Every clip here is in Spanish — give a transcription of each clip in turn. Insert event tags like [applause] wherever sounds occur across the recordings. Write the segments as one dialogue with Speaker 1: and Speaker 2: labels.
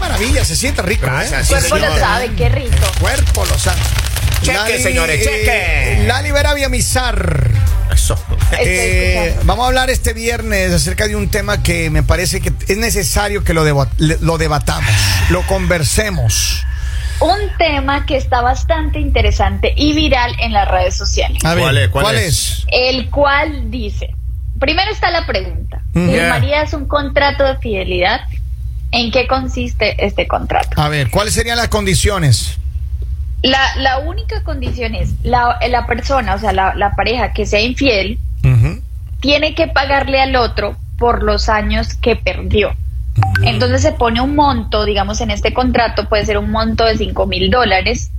Speaker 1: maravilla, se siente rica, ¿eh?
Speaker 2: Gracias, sí,
Speaker 1: Sí,
Speaker 3: Cuerpo lo
Speaker 1: señor.
Speaker 3: sabe, qué rico.
Speaker 1: Cuerpo lo sabe.
Speaker 2: Cheque, señores, cheque.
Speaker 1: Lali Vera Villamizar.
Speaker 2: Eso.
Speaker 3: Estoy
Speaker 1: Eh,
Speaker 3: escuchando.
Speaker 1: vamos a hablar este viernes acerca de un tema que me parece que es necesario que lo, deba- le- lo debatamos,
Speaker 2: Ah.
Speaker 1: lo conversemos.
Speaker 3: Un tema que está bastante interesante y viral en las redes sociales.
Speaker 1: A ver,
Speaker 2: ¿Cuál es? ¿Cuál
Speaker 1: es?
Speaker 3: el cual dice, primero está la pregunta,
Speaker 1: Mm.
Speaker 3: ¿mi
Speaker 2: Yeah.
Speaker 3: marido es un contrato de fidelidad? ¿En qué consiste este contrato?
Speaker 1: A ver, ¿cuáles serían las condiciones?
Speaker 3: La, la única condición es, la, la persona, o sea, la, la pareja que sea infiel, tiene que pagarle al otro por los años que perdió. Entonces se pone un monto, digamos, en este contrato puede ser un monto de 5 mil dólares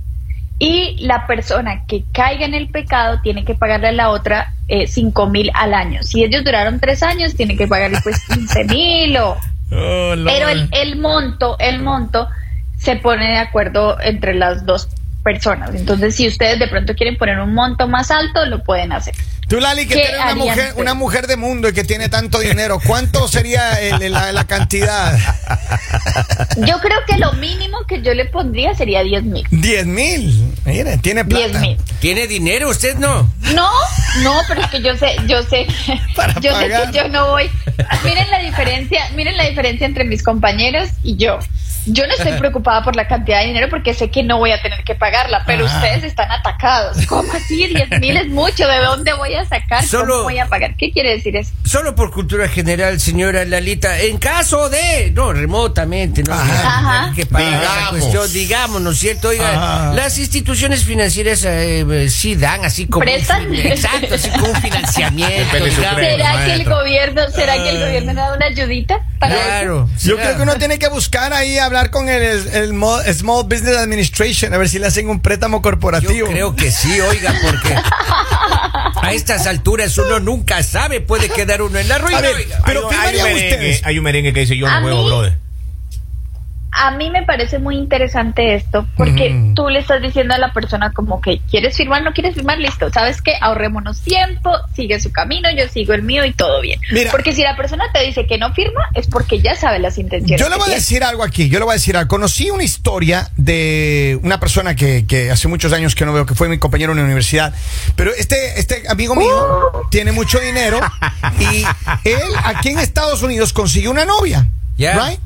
Speaker 3: y la persona que caiga en el pecado tiene que pagarle a la otra eh, 5 mil al año. Si ellos duraron tres años, tiene que pagarle pues 15 mil o... Pero el, el monto, el monto se pone de acuerdo entre las dos personas. Entonces, si ustedes de pronto quieren poner un monto más alto, lo pueden hacer.
Speaker 1: Tú, Lali, que
Speaker 3: ¿Qué
Speaker 1: tienes una
Speaker 3: harían
Speaker 1: mujer,
Speaker 3: ustedes?
Speaker 1: una mujer de mundo y que tiene tanto dinero, ¿cuánto sería el- la, la
Speaker 3: [laughs]
Speaker 1: cantidad?
Speaker 3: Yo creo que lo mínimo que yo le pondría sería 10 mil.
Speaker 1: Diez mil. Mire, tiene
Speaker 3: 10
Speaker 1: plata.
Speaker 3: mil.
Speaker 4: ¿Tiene dinero usted, no?
Speaker 3: No, no, pero es que yo sé, yo
Speaker 4: [laughs]
Speaker 3: sé, que-
Speaker 1: Para
Speaker 3: yo sé
Speaker 1: pagar.
Speaker 3: que yo no voy. Miren la diferencia, miren la diferencia entre mis compañeros y yo. Yo no
Speaker 4: [laughs]
Speaker 3: estoy preocupada por la cantidad de dinero porque sé que no voy a tener que pagarla, pero
Speaker 1: Ah.
Speaker 3: ustedes están atacados. ¿Cómo así? 10 mil es mucho. ¿De dónde voy a sacar?
Speaker 4: Solo-
Speaker 3: ¿Cómo voy a pagar? ¿Qué quiere decir eso?
Speaker 4: Solo por cultura general, señora Lalita. En caso de. No, remotamente, ¿no?
Speaker 3: Ajá. Ajá.
Speaker 4: Que para esa
Speaker 2: Digamos.
Speaker 4: cuestión, digamos, ¿no es cierto? Oiga,
Speaker 1: Ajá.
Speaker 4: las instituciones financieras eh, eh, sí dan así como. un
Speaker 3: Prestan.
Speaker 4: fin- exacto, así como un financiamiento.
Speaker 2: Depende de su
Speaker 4: digamos.
Speaker 2: crédito.
Speaker 3: ¿Será que el
Speaker 2: maestro.
Speaker 3: gobierno, será que el gobierno da una ayudita para eso?
Speaker 4: Claro.
Speaker 1: Yo
Speaker 4: sí,
Speaker 1: creo que
Speaker 4: claro.
Speaker 1: uno tiene que buscar ahí, hablar con el, el Mo- Small Business Administration, a ver si le hacen un préstamo
Speaker 4: Yo
Speaker 1: corporativo.
Speaker 4: creo que sí, oiga, porque. A estas alturas uno nunca sabe, puede quedar uno en la ruina.
Speaker 1: A ver,
Speaker 4: oiga.
Speaker 1: pero
Speaker 2: hay, un- hay un
Speaker 1: firmarían
Speaker 2: merengue,
Speaker 1: ustedes.
Speaker 2: hay un merengue que dice yo
Speaker 3: A
Speaker 2: no juego,
Speaker 3: mí-
Speaker 2: brother.
Speaker 3: A mí me parece muy interesante esto, porque
Speaker 1: Ujú.
Speaker 3: tú le estás diciendo a la persona como que quieres firmar, no quieres firmar, listo, sabes que ahorrémonos tiempo, sigue su camino, yo sigo el mío y todo bien.
Speaker 1: Mira.
Speaker 3: porque si la persona te dice que no firma, es porque ya sabe las intenciones.
Speaker 1: Yo le
Speaker 3: que
Speaker 1: voy a
Speaker 3: tiene.
Speaker 1: decir algo aquí, yo le voy a decir algo. Conocí una historia de una persona que, que hace muchos años que no veo, que fue mi compañero en la universidad, pero este, este amigo mío
Speaker 3: Uh.
Speaker 1: tiene mucho dinero
Speaker 3: [laughs]
Speaker 1: y él aquí en Estados Unidos consiguió una novia,
Speaker 4: Ya.
Speaker 1: right?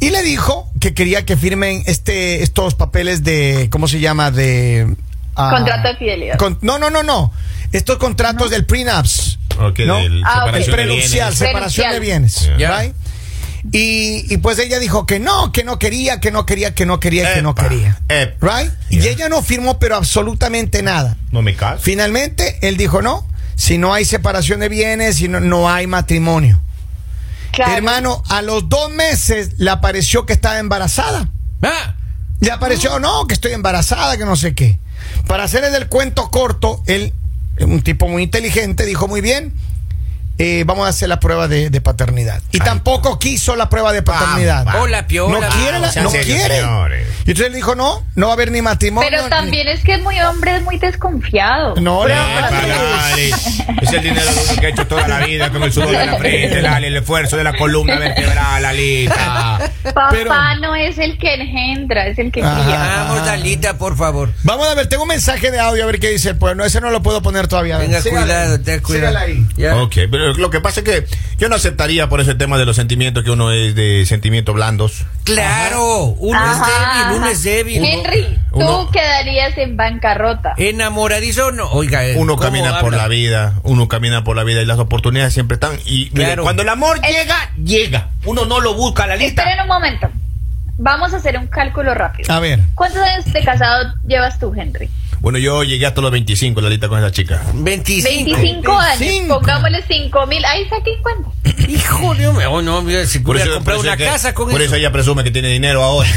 Speaker 1: Y le dijo que quería que firmen este, estos papeles de, ¿cómo se llama? De... ah,
Speaker 3: Contrato de fidelidad.
Speaker 1: con- no, no, no, no. Estos contratos del prenups.
Speaker 2: Ok,
Speaker 1: ¿no?
Speaker 2: del
Speaker 3: Ah,
Speaker 2: separación de
Speaker 3: ok.
Speaker 2: bienes.
Speaker 1: Prenupcial, separación de bienes.
Speaker 4: Ya.
Speaker 1: right? Y, y pues ella dijo que no, que no quería, que no quería, que no quería, que no
Speaker 2: Epa,
Speaker 1: quería.
Speaker 2: epa.
Speaker 1: Right? Y
Speaker 2: Yeah.
Speaker 1: ella no firmó, pero absolutamente nada.
Speaker 2: No me caso.
Speaker 1: Finalmente, él dijo no. Si no hay separación de bienes, si no, no hay matrimonio.
Speaker 3: Claro.
Speaker 1: Hermano, a los dos meses le apareció que estaba embarazada.
Speaker 4: Ah,
Speaker 1: Le apareció, no, que estoy embarazada, que no sé qué. Para hacer el cuento corto, él, un tipo muy inteligente, dijo muy bien, eh, vamos a hacer la prueba de, de paternidad. Y tampoco quiso la prueba de paternidad.
Speaker 4: vamos. Hola, piola,
Speaker 1: no quiere, la-
Speaker 4: vamos,
Speaker 2: sean
Speaker 1: no
Speaker 2: serios,
Speaker 1: quiere.
Speaker 2: señores.
Speaker 1: Y entonces él dijo, no, no va a haber ni matrimonio.
Speaker 3: Pero
Speaker 1: ni-
Speaker 3: también es que es muy hombre, es muy desconfiado.
Speaker 1: No, le-
Speaker 2: Epa, dale. Es el dinero de uno que ha hecho toda la vida con el sudor de
Speaker 4: [laughs]
Speaker 2: la frente, dale, el esfuerzo de la columna vertebral, Lalita.
Speaker 3: Papá
Speaker 1: pero-
Speaker 3: no es el que engendra, es el que
Speaker 1: Ajá.
Speaker 3: cría.
Speaker 1: Ah.
Speaker 4: vamos, Dalita, por favor.
Speaker 1: Vamos a ver, tengo un mensaje de audio a ver qué dice el pueblo. Ese no lo puedo poner todavía. A ver,
Speaker 4: Tenga
Speaker 1: sígale.
Speaker 4: cuidado, tenga cuidado.
Speaker 1: Sígale ahí.
Speaker 4: Ya.
Speaker 2: Ok, pero lo que pasa es que yo no aceptaría por ese tema de los sentimientos que uno es de sentimientos blandos.
Speaker 4: Claro, uno
Speaker 3: Ajá,
Speaker 4: es débil, uno
Speaker 3: ajá.
Speaker 4: es débil.
Speaker 3: Henry,
Speaker 2: uno-
Speaker 3: tú quedarías en bancarrota.
Speaker 4: Enamoradizo, no. Oiga, eh,
Speaker 2: Uno
Speaker 4: ¿cómo
Speaker 2: camina por
Speaker 4: habla?
Speaker 2: la vida, uno camina por la vida y las oportunidades siempre están. Y mire,
Speaker 4: Claro.
Speaker 2: cuando el amor
Speaker 3: Es-
Speaker 2: llega, llega. Uno no lo busca, Lalita.
Speaker 3: Esperen un momento. Vamos a hacer un cálculo rápido.
Speaker 1: A ver.
Speaker 3: ¿Cuántos años de casado llevas tú, Henry?
Speaker 2: Bueno, yo llegué hasta los 25, Lalita, con esa chica.
Speaker 4: 25.
Speaker 3: 25 años.
Speaker 1: 25.
Speaker 3: Pongámosle 5 mil. Ahí saquen cuenta.
Speaker 4: Híjole, hombre, oh, no, mira, si hubiera comprado
Speaker 2: por
Speaker 4: una
Speaker 2: que-
Speaker 4: casa con
Speaker 2: por
Speaker 4: eso.
Speaker 2: eso ella presume que tiene dinero
Speaker 1: [laughs]
Speaker 2: ahora.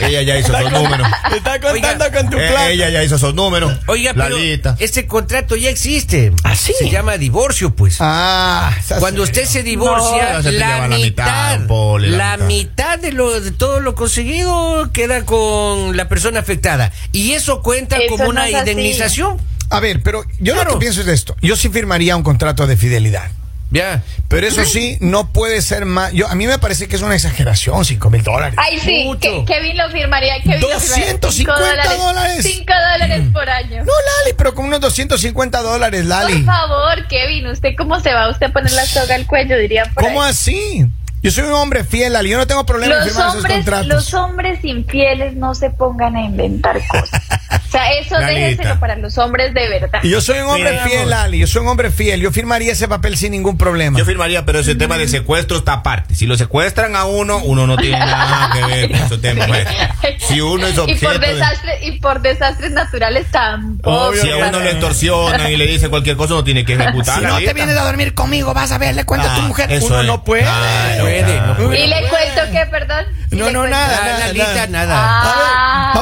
Speaker 2: ella ya hizo esos números.
Speaker 1: Te está
Speaker 4: contando
Speaker 1: con
Speaker 2: Eh, ella ya hizo esos números.
Speaker 4: Oiga, pero
Speaker 2: Lalita.
Speaker 4: este contrato ya existe.
Speaker 1: ¿Ah, sí?
Speaker 4: Se llama divorcio, pues.
Speaker 1: Ah, esa-
Speaker 4: Cuando usted se divorcia,
Speaker 2: No. Se te
Speaker 4: la,
Speaker 2: lleva la
Speaker 4: mitad,
Speaker 2: mitad, Poli,
Speaker 4: la
Speaker 2: la
Speaker 4: mitad, de, lo, de todo lo conseguido queda con la persona afectada. Y eso cuenta
Speaker 3: Eso
Speaker 4: como
Speaker 3: no
Speaker 4: una
Speaker 3: es así.
Speaker 4: indemnización.
Speaker 1: A ver, pero yo lo
Speaker 4: Claro.
Speaker 1: que pienso es esto. Yo sí firmaría un contrato de fidelidad.
Speaker 4: Ya.
Speaker 1: Pero eso sí, no puede ser más. Yo, a mí me parece que es una exageración, 5 mil dólares.
Speaker 3: Ay, sí,
Speaker 4: Mucho.
Speaker 3: que- Kevin lo firmaría. Kevin lo firmaría.
Speaker 1: 250
Speaker 3: Cinco
Speaker 1: dólares. Mm.
Speaker 3: 5 dólares por año.
Speaker 1: No, Lali, pero con unos 250 dólares,
Speaker 3: por
Speaker 1: Lali.
Speaker 3: favor, Kevin, ¿usted cómo se va? ¿Usted a poner la soga al cuello? Diría por
Speaker 1: ¿Cómo
Speaker 3: ahí.
Speaker 1: así? Yo soy un hombre fiel, Lali. Yo no tengo problema en
Speaker 3: Los
Speaker 1: firmar esos
Speaker 3: hombres,
Speaker 1: contratos.
Speaker 3: los hombres infieles no se pongan a inventar cosas. O sea, eso
Speaker 2: Lalita.
Speaker 3: déjeselo para los hombres de verdad.
Speaker 1: Y yo soy un hombre
Speaker 2: Sí, mi
Speaker 1: fiel,
Speaker 2: amor.
Speaker 1: Lali. Yo soy un hombre fiel. Yo firmaría ese papel sin ningún problema.
Speaker 2: Yo firmaría, pero ese
Speaker 1: Mm.
Speaker 2: tema de secuestro está aparte. Si lo secuestran a uno, uno no tiene nada que ver con ese tema. pues.
Speaker 3: [laughs]
Speaker 2: Si uno es
Speaker 3: y
Speaker 2: objeto
Speaker 3: por,
Speaker 2: de-
Speaker 3: desastre, y por desastres naturales tampoco.
Speaker 2: si a uno lo extorsionan y le dicen cualquier cosa, uno tiene que ejecutar. Lalita.
Speaker 1: a dormir conmigo, vas a ver, le
Speaker 2: Ah, eso
Speaker 1: Uno
Speaker 2: es.
Speaker 1: no puede.
Speaker 2: Ah,
Speaker 4: no puede, no puede.
Speaker 3: Y le cuento que, perdón. ¿Y
Speaker 1: Oh, No,
Speaker 3: le
Speaker 1: no,
Speaker 3: cuento?
Speaker 1: nada.
Speaker 4: Ah,
Speaker 1: nada.
Speaker 4: Lalita, nada.
Speaker 3: Ah.
Speaker 1: A ver,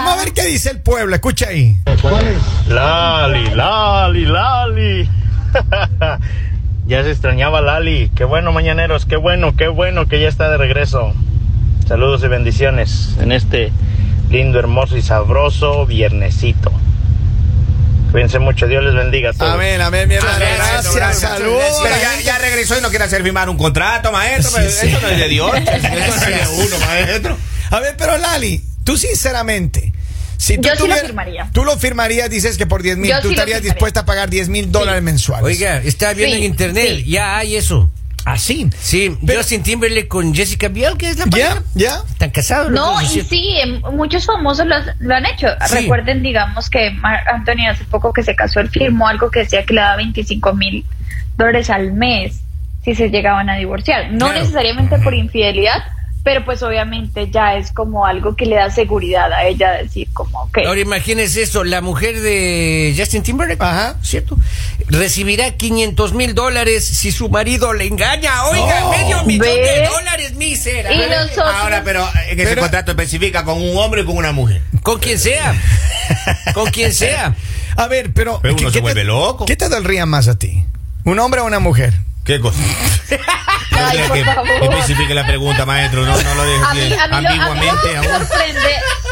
Speaker 1: vamos a ver qué dice el pueblo. Escucha ahí.
Speaker 5: Lali, Lali, Lali. [laughs] ya se extrañaba Lali. Qué bueno, mañaneros. Qué bueno, qué bueno que ya está de regreso. Saludos y bendiciones en este lindo, hermoso y sabroso viernesito. Cuídense mucho. Dios les bendiga a todos.
Speaker 1: Amén, amén, mi hermano.
Speaker 4: Amén,
Speaker 1: Gracias,
Speaker 4: gracias,
Speaker 1: saludos.
Speaker 2: Pero ya, ya regresó y no quiere hacer firmar un contrato, maestro.
Speaker 1: Sí,
Speaker 2: pero
Speaker 1: sí.
Speaker 2: Eso no es de Dios. Eso no es de uno, maestro.
Speaker 1: A ver, pero Lali, tú sinceramente. Si tú
Speaker 3: Yo sí lo
Speaker 1: tuvieras-
Speaker 3: firmaría.
Speaker 1: Tú lo firmarías, dices que por 10 mil.
Speaker 3: Yo
Speaker 1: Tú
Speaker 3: sí lo
Speaker 1: estarías
Speaker 3: firmaría.
Speaker 1: dispuesta a pagar 10 mil dólares mensuales.
Speaker 4: Oiga, está viendo
Speaker 3: Sí,
Speaker 4: en internet,
Speaker 3: sí.
Speaker 4: ya hay eso.
Speaker 1: así.
Speaker 4: Sí,
Speaker 1: Pero-
Speaker 4: Justin Timberlake con Jessica Biel, que es la
Speaker 1: Ya,
Speaker 4: pareja.
Speaker 1: ya.
Speaker 4: Están casados. los
Speaker 3: No,
Speaker 4: dos,
Speaker 3: y
Speaker 4: es cierto.
Speaker 3: sí, em, muchos famosos lo, lo han hecho.
Speaker 4: Sí.
Speaker 3: Recuerden, digamos, que Marc Anthony hace poco que se casó, él firmó algo que decía que le daba 25 mil dólares al mes si se llegaban a divorciar. No
Speaker 4: Claro.
Speaker 3: necesariamente por infidelidad, pero pues obviamente ya es como algo que le da seguridad a ella decir como que...
Speaker 4: Ahora imagínense eso, la mujer de Justin Timberlake,
Speaker 1: Ajá.
Speaker 4: ¿cierto? Recibirá 500 mil dólares si su marido le engaña. Oiga,
Speaker 1: No.
Speaker 4: medio millón de
Speaker 3: ¿Ves?
Speaker 4: dólares, mísera.
Speaker 3: Y nosotros...
Speaker 2: Ahora, pero en ese
Speaker 1: Pero-
Speaker 2: contrato especifica con un hombre y con una mujer.
Speaker 4: Con quien sea. Con quien sea.
Speaker 1: A ver, pero.
Speaker 2: Pero uno se
Speaker 1: te-
Speaker 2: vuelve loco.
Speaker 1: ¿Qué te dolería más a ti? ¿Un hombre o una mujer?
Speaker 2: ¿Qué cosa?
Speaker 3: Ay,
Speaker 2: No
Speaker 3: por
Speaker 2: tiene
Speaker 3: favor.
Speaker 2: que especifique la pregunta, maestro. No, no lo
Speaker 3: A mí,
Speaker 2: dejes
Speaker 3: a mí lo- a mí lo
Speaker 2: ambiguamente
Speaker 3: que me
Speaker 2: aún.
Speaker 3: sorprende,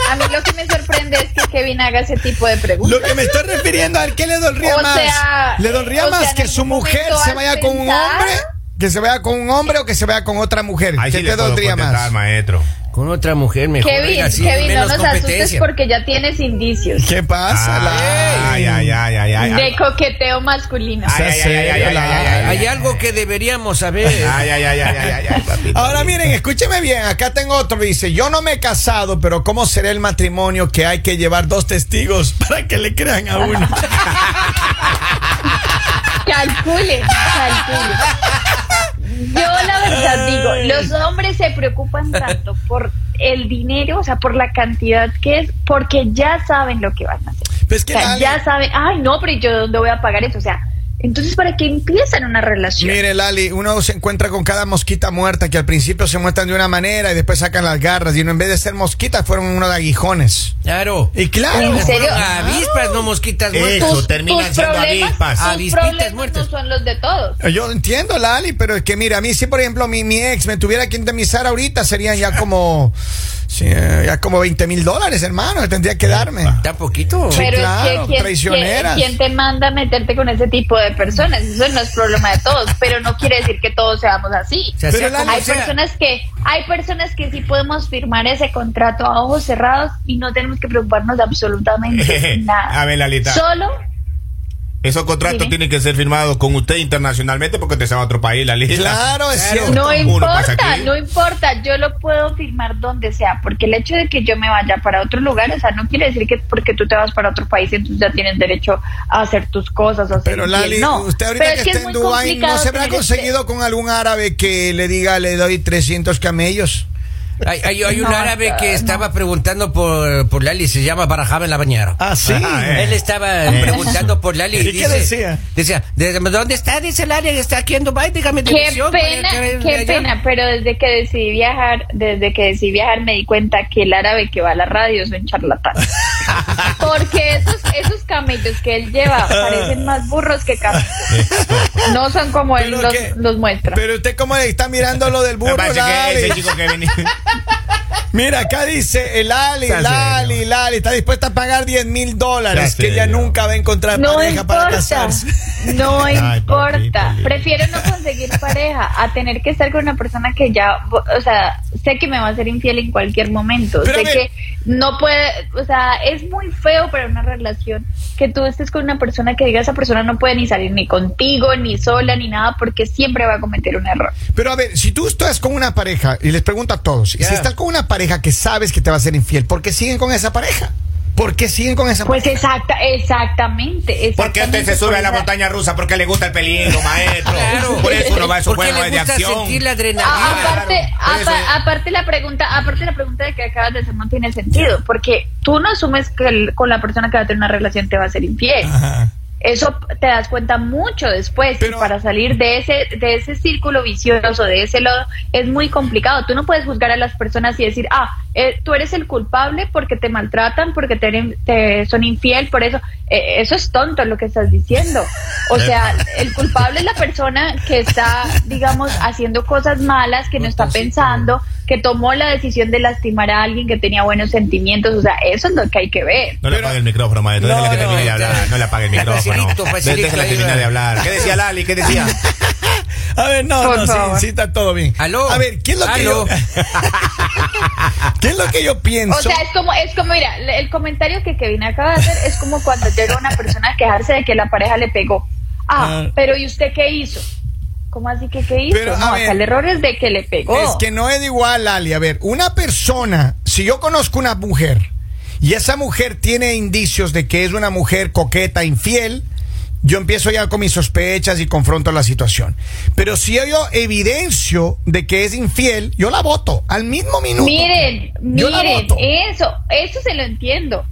Speaker 3: a mí lo que me sorprende es que Kevin haga ese tipo de preguntas.
Speaker 1: Lo que me estoy refiriendo a ver, qué le dolería
Speaker 3: [laughs] O
Speaker 1: más.
Speaker 3: sea,
Speaker 1: ¿Le dolería
Speaker 3: o sea,
Speaker 1: más
Speaker 3: en
Speaker 1: que
Speaker 3: algún
Speaker 1: su mujer
Speaker 3: momento
Speaker 1: se
Speaker 3: has
Speaker 1: vaya con un
Speaker 3: pensado-
Speaker 1: hombre? ¿Que se vaya con un hombre o que se vaya con otra mujer?
Speaker 2: Ahí
Speaker 1: ¿Qué
Speaker 2: sí
Speaker 1: te
Speaker 2: le puedo
Speaker 1: dolería
Speaker 2: contestar,
Speaker 1: más?
Speaker 2: maestro.
Speaker 4: Con otra mujer mejor.
Speaker 3: Kevin,
Speaker 4: oiga, sí,
Speaker 3: Kevin, no
Speaker 4: menos
Speaker 3: nos asustes
Speaker 4: competencia.
Speaker 3: porque ya tienes indicios
Speaker 1: ¿Qué pasa? la-
Speaker 2: Ay, ay, ay, ay, ay.
Speaker 3: de coqueteo masculino.
Speaker 2: Ay, ay, ay, ay, ay, ay, ay, ay, ay.
Speaker 4: Hay algo que deberíamos saber.
Speaker 2: Ay, ay, ay, ay, ay, ay, ay, papito.
Speaker 1: Ahora miren, escúcheme bien, acá tengo otro, dice, yo no me he casado, pero ¿cómo será el matrimonio que hay que llevar dos testigos [laughs] para que le crean a uno?
Speaker 3: Calcule, calcule. Yo la verdad digo, los hombres se preocupan tanto por el dinero, o sea, por la cantidad que es, porque ya saben lo que van a hacer.
Speaker 1: Pues que
Speaker 3: o sea,
Speaker 1: Lali-
Speaker 3: ya saben, ay, no, pero ¿y yo dónde voy a pagar eso, o sea, entonces para qué empiezan una relación.
Speaker 1: Mire, Lali, uno se encuentra con cada mosquita muerta que al principio se muestran de una manera y después sacan las garras y no, en vez de ser mosquitas fueron uno de aguijones.
Speaker 4: Claro.
Speaker 1: Y claro,
Speaker 3: ¿En serio?
Speaker 4: Avispas, no mosquitas
Speaker 1: Eh.
Speaker 4: muertas.
Speaker 2: Eso, terminan siendo avispas.
Speaker 3: tus
Speaker 4: Avispitas
Speaker 3: problemas
Speaker 4: muertas.
Speaker 3: no son los de todos.
Speaker 1: yo entiendo, Lali, pero es que mira, a mí si por ejemplo mi, mi ex me tuviera que indemnizar ahorita serían ya como sí, eh, ya como 20 mil dólares, hermano, tendría que darme.
Speaker 4: Está poquito.
Speaker 1: Sí,
Speaker 3: Pero
Speaker 1: claro,
Speaker 3: es que ¿quién,
Speaker 1: traicioneras.
Speaker 3: quién, quién te manda a meterte con ese tipo de personas? Eso no es problema de todos, pero no quiere decir que todos seamos así.
Speaker 4: O sea,
Speaker 1: Pero
Speaker 4: sea
Speaker 1: la-
Speaker 4: como
Speaker 3: Hay
Speaker 4: sea.
Speaker 3: personas que hay personas que sí podemos firmar ese contrato a ojos cerrados y no tenemos que preocuparnos de
Speaker 4: [laughs]
Speaker 3: absolutamente nada.
Speaker 2: A ver, Lalita.
Speaker 3: Solo
Speaker 2: Esos contratos
Speaker 3: Dime.
Speaker 2: tienen que ser firmados con usted internacionalmente porque te se va a otro país, la lista.
Speaker 1: Claro, es cierto.
Speaker 3: no
Speaker 2: Uno pasa
Speaker 3: importa,
Speaker 2: aquí.
Speaker 3: no importa, yo lo puedo firmar donde sea, porque el hecho de que yo me vaya para otro lugar, o sea, no quiere decir que porque tú te vas para otro país entonces ya tienes derecho a hacer tus cosas, a hacer
Speaker 1: Pero Lali,
Speaker 3: bien. no.
Speaker 1: usted ahorita
Speaker 3: Pero
Speaker 1: que,
Speaker 3: es es
Speaker 1: está en
Speaker 3: muy
Speaker 1: Dubái, ¿no
Speaker 3: complicado
Speaker 1: se habrá
Speaker 3: tener
Speaker 1: conseguido con algún árabe que le diga le doy 300 camellos?
Speaker 4: Hay, hay- hay un
Speaker 3: No,
Speaker 4: árabe
Speaker 3: no,
Speaker 4: que
Speaker 3: no.
Speaker 4: estaba preguntando por, por Lali, se llama Barajaba en la bañera.
Speaker 1: Ah, sí.
Speaker 2: Ajá, eh.
Speaker 4: Él estaba
Speaker 2: Eh.
Speaker 4: preguntando por Lali.
Speaker 1: ¿Y qué decía?
Speaker 4: Decía, ¿de dónde está? Dice Lali, está aquí en Dubái, dígame
Speaker 3: Qué
Speaker 4: dirección.
Speaker 3: pena,
Speaker 4: ¿Qué- qué-
Speaker 3: qué
Speaker 4: allá?
Speaker 3: pena, pero desde que decidí viajar, desde que decidí viajar me di cuenta que el árabe que va a la radio es
Speaker 1: [laughs]
Speaker 3: un charlatán. Porque esos, esos camellos que él lleva parecen más burros que
Speaker 1: [laughs]
Speaker 3: camellos. No son como él
Speaker 1: Pero
Speaker 3: los,
Speaker 1: que-
Speaker 3: los muestra.
Speaker 1: Pero usted cómo le está mirando lo del
Speaker 2: [laughs] Me
Speaker 1: burro,
Speaker 2: parece que ese
Speaker 1: Lali.
Speaker 2: chico que venía.
Speaker 1: Mira, acá dice el Ali,
Speaker 2: Sea
Speaker 1: Lali,
Speaker 2: serio.
Speaker 1: Lali, está dispuesta a pagar 10 mil
Speaker 2: Sea
Speaker 1: dólares, que ella
Speaker 2: serio.
Speaker 1: nunca va a encontrar
Speaker 3: no
Speaker 1: pareja para
Speaker 3: importa,
Speaker 1: casarse.
Speaker 3: no
Speaker 2: [laughs] Ay,
Speaker 3: importa.
Speaker 2: papito lindo.
Speaker 3: Prefiero no conseguir conseguir pareja a tener que estar con una persona que ya, o sea, sé que me va a ser infiel en cualquier momento.
Speaker 1: Pero a
Speaker 3: sé
Speaker 1: ver.
Speaker 3: que no puede, o sea, es muy feo para una relación que tú estés con una persona que diga esa persona no puede ni salir ni contigo, ni sola, ni nada, porque siempre va a cometer un error.
Speaker 1: Pero a ver, si tú estás con una pareja, y les pregunto a todos,
Speaker 4: Ya.
Speaker 1: si estás con una pareja que sabes que te va a ser infiel, ¿por qué siguen con esa pareja? ¿Por qué siguen con esa
Speaker 3: Pues
Speaker 1: pareja?
Speaker 3: exacta, exactamente, exactamente.
Speaker 2: ¿Por qué usted se sube a la
Speaker 3: por esa-
Speaker 2: montaña rusa? Porque le gusta el peligro, maestro.
Speaker 4: Claro.
Speaker 2: Por eso uno va a esos
Speaker 4: Porque le
Speaker 2: juegos de
Speaker 4: gusta
Speaker 2: acción.
Speaker 4: sentir la
Speaker 3: Ah,
Speaker 4: adrenalina.
Speaker 3: aparte,
Speaker 2: claro, por eso
Speaker 3: apa-
Speaker 2: es.
Speaker 3: aparte la pregunta, aparte la pregunta de que acabas de hacer no tiene sentido, porque tú no asumes que el- con la persona que va a tener una relación te va a ser infiel.
Speaker 1: Ajá.
Speaker 3: Eso te das cuenta mucho después. y
Speaker 1: Pero-
Speaker 3: para salir de ese de ese círculo vicioso, de ese lodo, es muy complicado. Tú no puedes juzgar a las personas y decir, ah, eh, tú eres el culpable porque te maltratan, porque te, te son infiel, por eso. Eh, eso es tonto lo que estás diciendo. O sea, el culpable es la persona que está, digamos, haciendo cosas malas, que no está pensando, que tomó la decisión de lastimar a alguien, que tenía buenos sentimientos. O sea, eso es lo que hay que ver.
Speaker 2: No le apague el micrófono, maestro.
Speaker 4: No,
Speaker 2: Déjela que
Speaker 4: no,
Speaker 2: termine de
Speaker 4: ya.
Speaker 2: hablar. No le apague el micrófono.
Speaker 4: Facilito, facilito,
Speaker 2: Déjela
Speaker 4: ahí
Speaker 2: terminar
Speaker 4: va.
Speaker 2: de hablar. ¿Qué decía Lali? ¿Qué
Speaker 4: [laughs]
Speaker 2: decía?
Speaker 1: A ver, no,
Speaker 3: Por
Speaker 1: no, sí,
Speaker 3: favor.
Speaker 1: sí, está todo bien.
Speaker 4: Aló.
Speaker 1: A ver, ¿qué es lo que
Speaker 4: Aló.
Speaker 1: yo, [laughs] ¿qué es lo que yo pienso?
Speaker 3: O sea, es como, es como, mira, le- el comentario que Kevin acaba de hacer es como cuando llega una persona a quejarse de que la pareja le pegó. Ah,
Speaker 1: Ah.
Speaker 3: pero ¿y usted qué hizo? ¿Cómo así que qué hizo?
Speaker 1: Pero, a
Speaker 3: no, acá
Speaker 1: ver.
Speaker 3: el error es de que le pegó.
Speaker 1: Es que no es igual, Ali. A ver, una persona, si yo conozco una mujer y esa mujer tiene indicios de que es una mujer coqueta, infiel, yo empiezo ya con mis sospechas y confronto la situación. Pero si yo evidencio de que es infiel, yo la voto al mismo minuto.
Speaker 3: Miren,
Speaker 1: Yo la
Speaker 3: miren,
Speaker 1: voto.
Speaker 3: eso, eso se lo entiendo.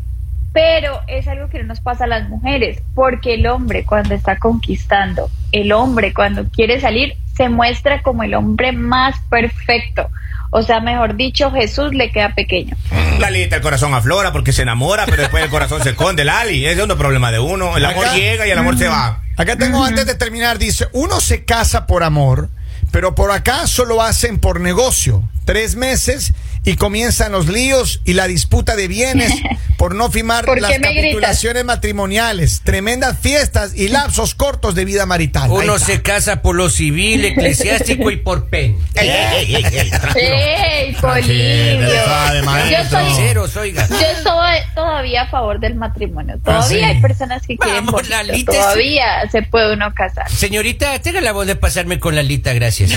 Speaker 3: Pero es algo que no nos pasa a las mujeres, porque el hombre cuando está conquistando, el hombre cuando quiere salir, se muestra como el hombre más perfecto. O sea, mejor dicho, Jesús le queda pequeño.
Speaker 2: Lalita, el corazón aflora porque se enamora, pero después el corazón se esconde. Lali, ese es otro problema de uno. El amor
Speaker 1: Acá- Mm.
Speaker 2: llega y el amor se va.
Speaker 1: Ah, Acá tengo antes de terminar, dice, uno se casa por amor, pero por acá solo hacen por negocio. Tres meses y comienzan los líos y la disputa de
Speaker 3: [laughs]
Speaker 1: bienes por no firmar
Speaker 3: ¿Por qué
Speaker 1: las
Speaker 3: me gritas?
Speaker 1: capitulaciones matrimoniales, tremendas fiestas
Speaker 3: [laughs]
Speaker 1: y lapsos cortos de vida marital. Ahí
Speaker 4: Uno
Speaker 1: está.
Speaker 4: [laughs] se casa por lo civil, eclesiástico y por pen.
Speaker 2: Ey, ey, ey, ey, tranquilo.
Speaker 3: ¡Ey,
Speaker 2: Tranquilo,
Speaker 3: Polibio!
Speaker 2: suave,
Speaker 3: Yo,
Speaker 2: maestro.
Speaker 3: soy-
Speaker 4: Ceros, oiga.
Speaker 3: yo estoy todavía a favor del matrimonio. Todavía
Speaker 1: sí.
Speaker 3: hay personas que quieren
Speaker 4: Vamos,
Speaker 3: bonito.
Speaker 4: Lalita, sí.
Speaker 3: Todavía se puede uno casar.
Speaker 4: Señorita, tenga la voz de pasarme con la lita, gracias.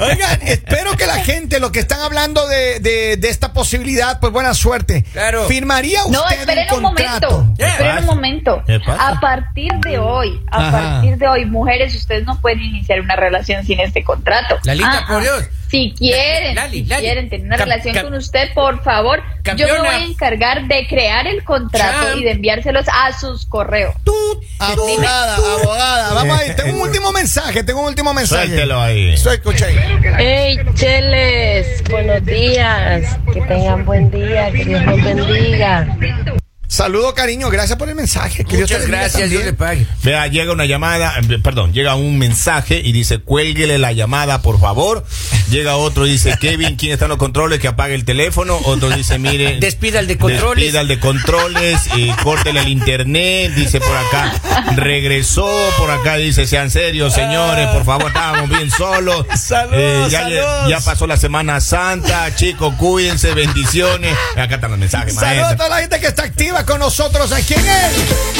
Speaker 1: Oigan, espero que la gente, los que están hablando de, de- de esta posibilidad, pues buena suerte.
Speaker 4: Claro.
Speaker 1: ¿Firmaría usted
Speaker 3: No, esperen
Speaker 1: un
Speaker 3: un
Speaker 1: contrato?
Speaker 3: momento.
Speaker 4: ¿Qué
Speaker 3: Esperen
Speaker 2: pasa?
Speaker 3: un momento.
Speaker 2: ¿Qué pasa?
Speaker 3: A partir de hoy, a
Speaker 1: Ajá.
Speaker 3: partir de hoy, mujeres, ustedes no pueden iniciar una relación sin este contrato.
Speaker 4: Lalita, por Dios.
Speaker 3: Si quieren,
Speaker 4: Lali,
Speaker 3: si
Speaker 4: Lali.
Speaker 3: quieren tener una
Speaker 4: Cam-
Speaker 3: relación
Speaker 4: cam-
Speaker 3: con usted, por favor, yo me
Speaker 4: Campeona.
Speaker 3: voy a encargar de crear el contrato
Speaker 4: Champ.
Speaker 3: y de enviárselos a sus correos.
Speaker 1: Abogada, abogada, vamos ahí.
Speaker 3: [laughs]
Speaker 1: Tengo un último mensaje, tengo un último mensaje.
Speaker 2: Suéltelo ahí.
Speaker 1: Estoy escuchando.
Speaker 6: Hey, Cheles, buenos días. Que tengan buen día, que Dios los bendiga.
Speaker 1: Saludo, cariño. Gracias por el mensaje. Que Dios te
Speaker 4: Muchas
Speaker 1: bendiga
Speaker 4: gracias, Dios
Speaker 1: también.
Speaker 4: le pague.
Speaker 2: Vea, llega una llamada, eh, perdón, llega un mensaje y dice, cuélguele la llamada, por favor. Llega otro y dice, Kevin, ¿quién está en los controles? Que apague el teléfono. Otro dice, mire.
Speaker 4: Despida al de controles.
Speaker 2: Despida al de controles, y córtele el internet. Dice por acá, regresó. Por acá dice, sean serios, señores, por favor, estábamos bien solos.
Speaker 1: [laughs]
Speaker 2: Eh,
Speaker 1: Saludos,
Speaker 2: ya, lle-
Speaker 1: saludos.
Speaker 2: ya pasó la Semana Santa, chicos, cuídense, bendiciones. Acá están los mensajes,
Speaker 1: Saludos a
Speaker 2: maestro.
Speaker 1: toda la gente que está activa con nosotros aquí en el